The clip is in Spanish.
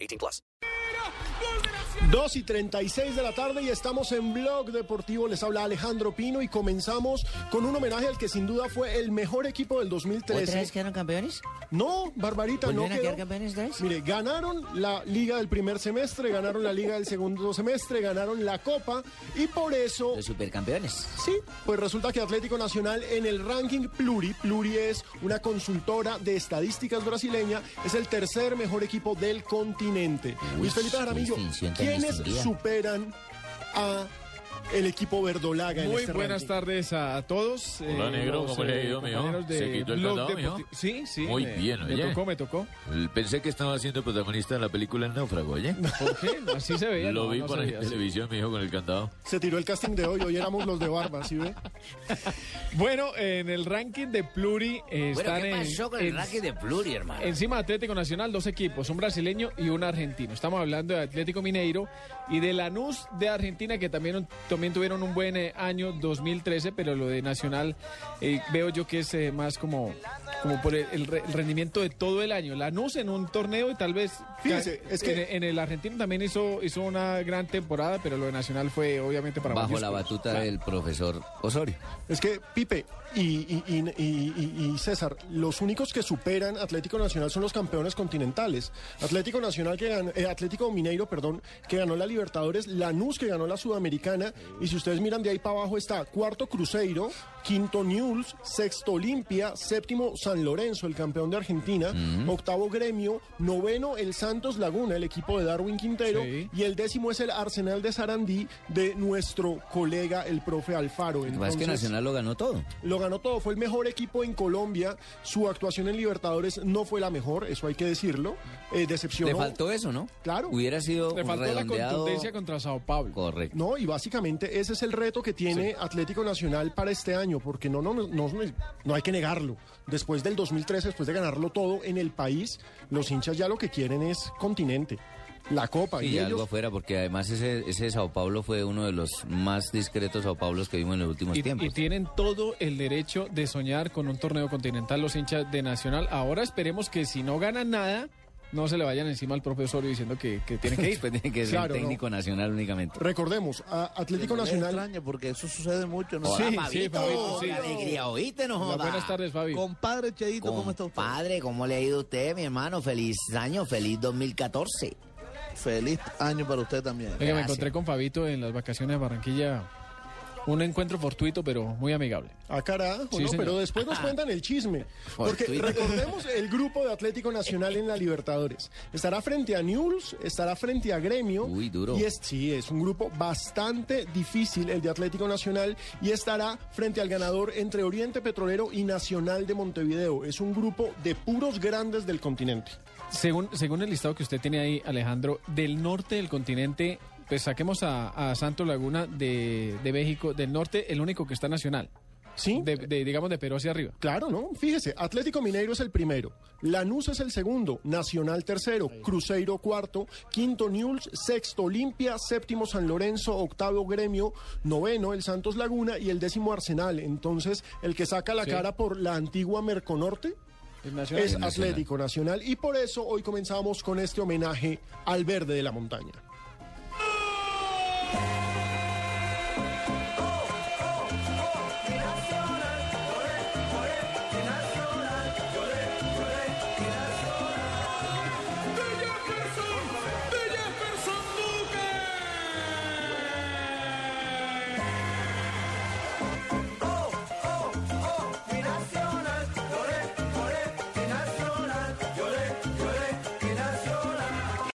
18 plus. 2 y 36 de la tarde y estamos en Blog Deportivo. Les habla Alejandro Pino y comenzamos con un homenaje al que sin duda fue el mejor equipo del ¿Otra 2013. vez quedaron campeones? No, Barbarita, no ¿Volvieron a quedó. quedar campeones otra vez? Mire, ganaron la liga del primer semestre, ganaron la liga del segundo semestre, ganaron la copa y por eso Los supercampeones. Sí, pues resulta que Atlético Nacional en el ranking Pluri, Pluri es una consultora de estadísticas brasileña, es el tercer mejor equipo del continente. Uy, Luis Felipe qué Jaramillo, distinción tan ¿quiénes distinguida. superan a el equipo verdolaga en Muy este buenas ranking? tardes a todos. Hola, negro, ¿cómo le ha ido, Eh, mijo? compañeros de ¿Se quitó el Blog candado, mijo? Deporti- Sí, sí. Muy me- bien, Me oye. tocó, me tocó. Pensé que estaba siendo protagonista de la película El Náufrago, ¿oye? ¿Por qué? Así se veía. Lo no, vi no por se ahí veía en así. televisión, mi hijo, con el candado. Se tiró el casting de hoy, hoy éramos los de barba, ¿sí ve? Bueno, en el ranking de Pluri eh, Bueno, están ¿qué en- pasó con el en- racket de Pluri, hermano? Encima de Atlético Nacional, dos equipos, un brasileño y un argentino. Estamos hablando de Atlético Mineiro y de Lanús de Argentina, que también, también tuvieron un buen eh, año 2013, pero lo de Nacional eh, veo yo que es eh, más como, como por el, el re- el rendimiento de todo el año. Lanús en un torneo y tal vez Fíjese, ca- es que- en, el- en el argentino también hizo, hizo una gran temporada, pero lo de Nacional fue obviamente para bajo la mayúsculas. batuta del profesor Osorio. Es que, Pipe y, y- y- y- y- y César, los únicos que superan Atlético Nacional son los campeones continentales. Atlético Nacional que ganó, eh, Atlético Mineiro, perdón, que ganó la Libertadores, Lanús que ganó la Sudamericana, y si ustedes miran de ahí para abajo está cuarto Cruzeiro, quinto Newell's, sexto Olimpia, séptimo San Lorenzo, el campeón de Argentina, octavo Gremio, noveno el Santos Laguna, el equipo de Darwin Quintero, Sí. y el décimo es el Arsenal de Sarandí de nuestro colega el profe Alfaro. Lo que pasa es que Entonces, Nacional lo ganó todo. lo ganó todo, fue el mejor equipo en Colombia. Su actuación en Libertadores no fue la mejor, eso hay que decirlo. Eh, decepcionó. Le faltó eso, ¿no? Claro. Hubiera sido Le faltó la redondeado. contundencia contra Sao Paulo. Correcto. No, y básicamente ese es el reto que tiene Atlético Nacional para este año, porque no, no, no, no, no hay que negarlo. Después del 2013, después de ganarlo todo en el país, los hinchas ya lo que quieren es continente, la copa. Y y algo ellos, afuera, porque además ese, ese Sao Paulo fue uno de los más discretos Sao Paulos que vimos en los últimos Y, tiempos. y tienen todo el derecho de soñar con un torneo continental los hinchas de Nacional. Ahora esperemos que si no ganan nada, no se le vayan encima al propio Osorio diciendo que, que tienen que ir. Después Pues tiene que ser Claro, no. técnico nacional únicamente. recordemos, a Atlético Nacional. extraña porque eso sucede mucho, ¿no? Sí, sí, Fabito, Fabito, sí. la alegría, oíste, no joda. Buenas tardes, Fabi. Compadre Cheito, ¿cómo está usted? Compadre, ¿cómo le ha ido a usted, mi hermano? Feliz año, feliz 2014. Feliz año para usted también. Oiga, me Gracias. encontré con Fabito en las vacaciones de Barranquilla. Un encuentro fortuito, pero muy amigable. A carajo, Sí, ¿no? señor. pero después nos cuentan el chisme. Porque recordemos el grupo de Atlético Nacional en la Libertadores. Estará frente a Newell's, estará frente a Gremio. Uy, duro. Y es, sí, es un grupo bastante difícil el de Atlético Nacional y estará frente al ganador entre Oriente Petrolero y Nacional de Montevideo. Es un grupo de puros grandes del continente. Según, según el listado que usted tiene ahí, Alejandro, del norte del continente, pues saquemos a, a Santo Laguna de, de México. Del norte, el único que está Nacional. ¿Sí? De, de- digamos, de Perú hacia arriba. Claro, ¿no? Fíjese, Atlético Mineiro es el primero, Lanús es el segundo, Nacional tercero, Cruzeiro cuarto, quinto Newell's, sexto Olimpia, séptimo San Lorenzo, octavo Gremio, noveno el Santos Laguna y el décimo Arsenal. Entonces, el que saca la Sí. cara por la antigua Merconorte El Nacional. es Nacional. Atlético Nacional y por eso hoy comenzamos con este homenaje al verde de la montaña.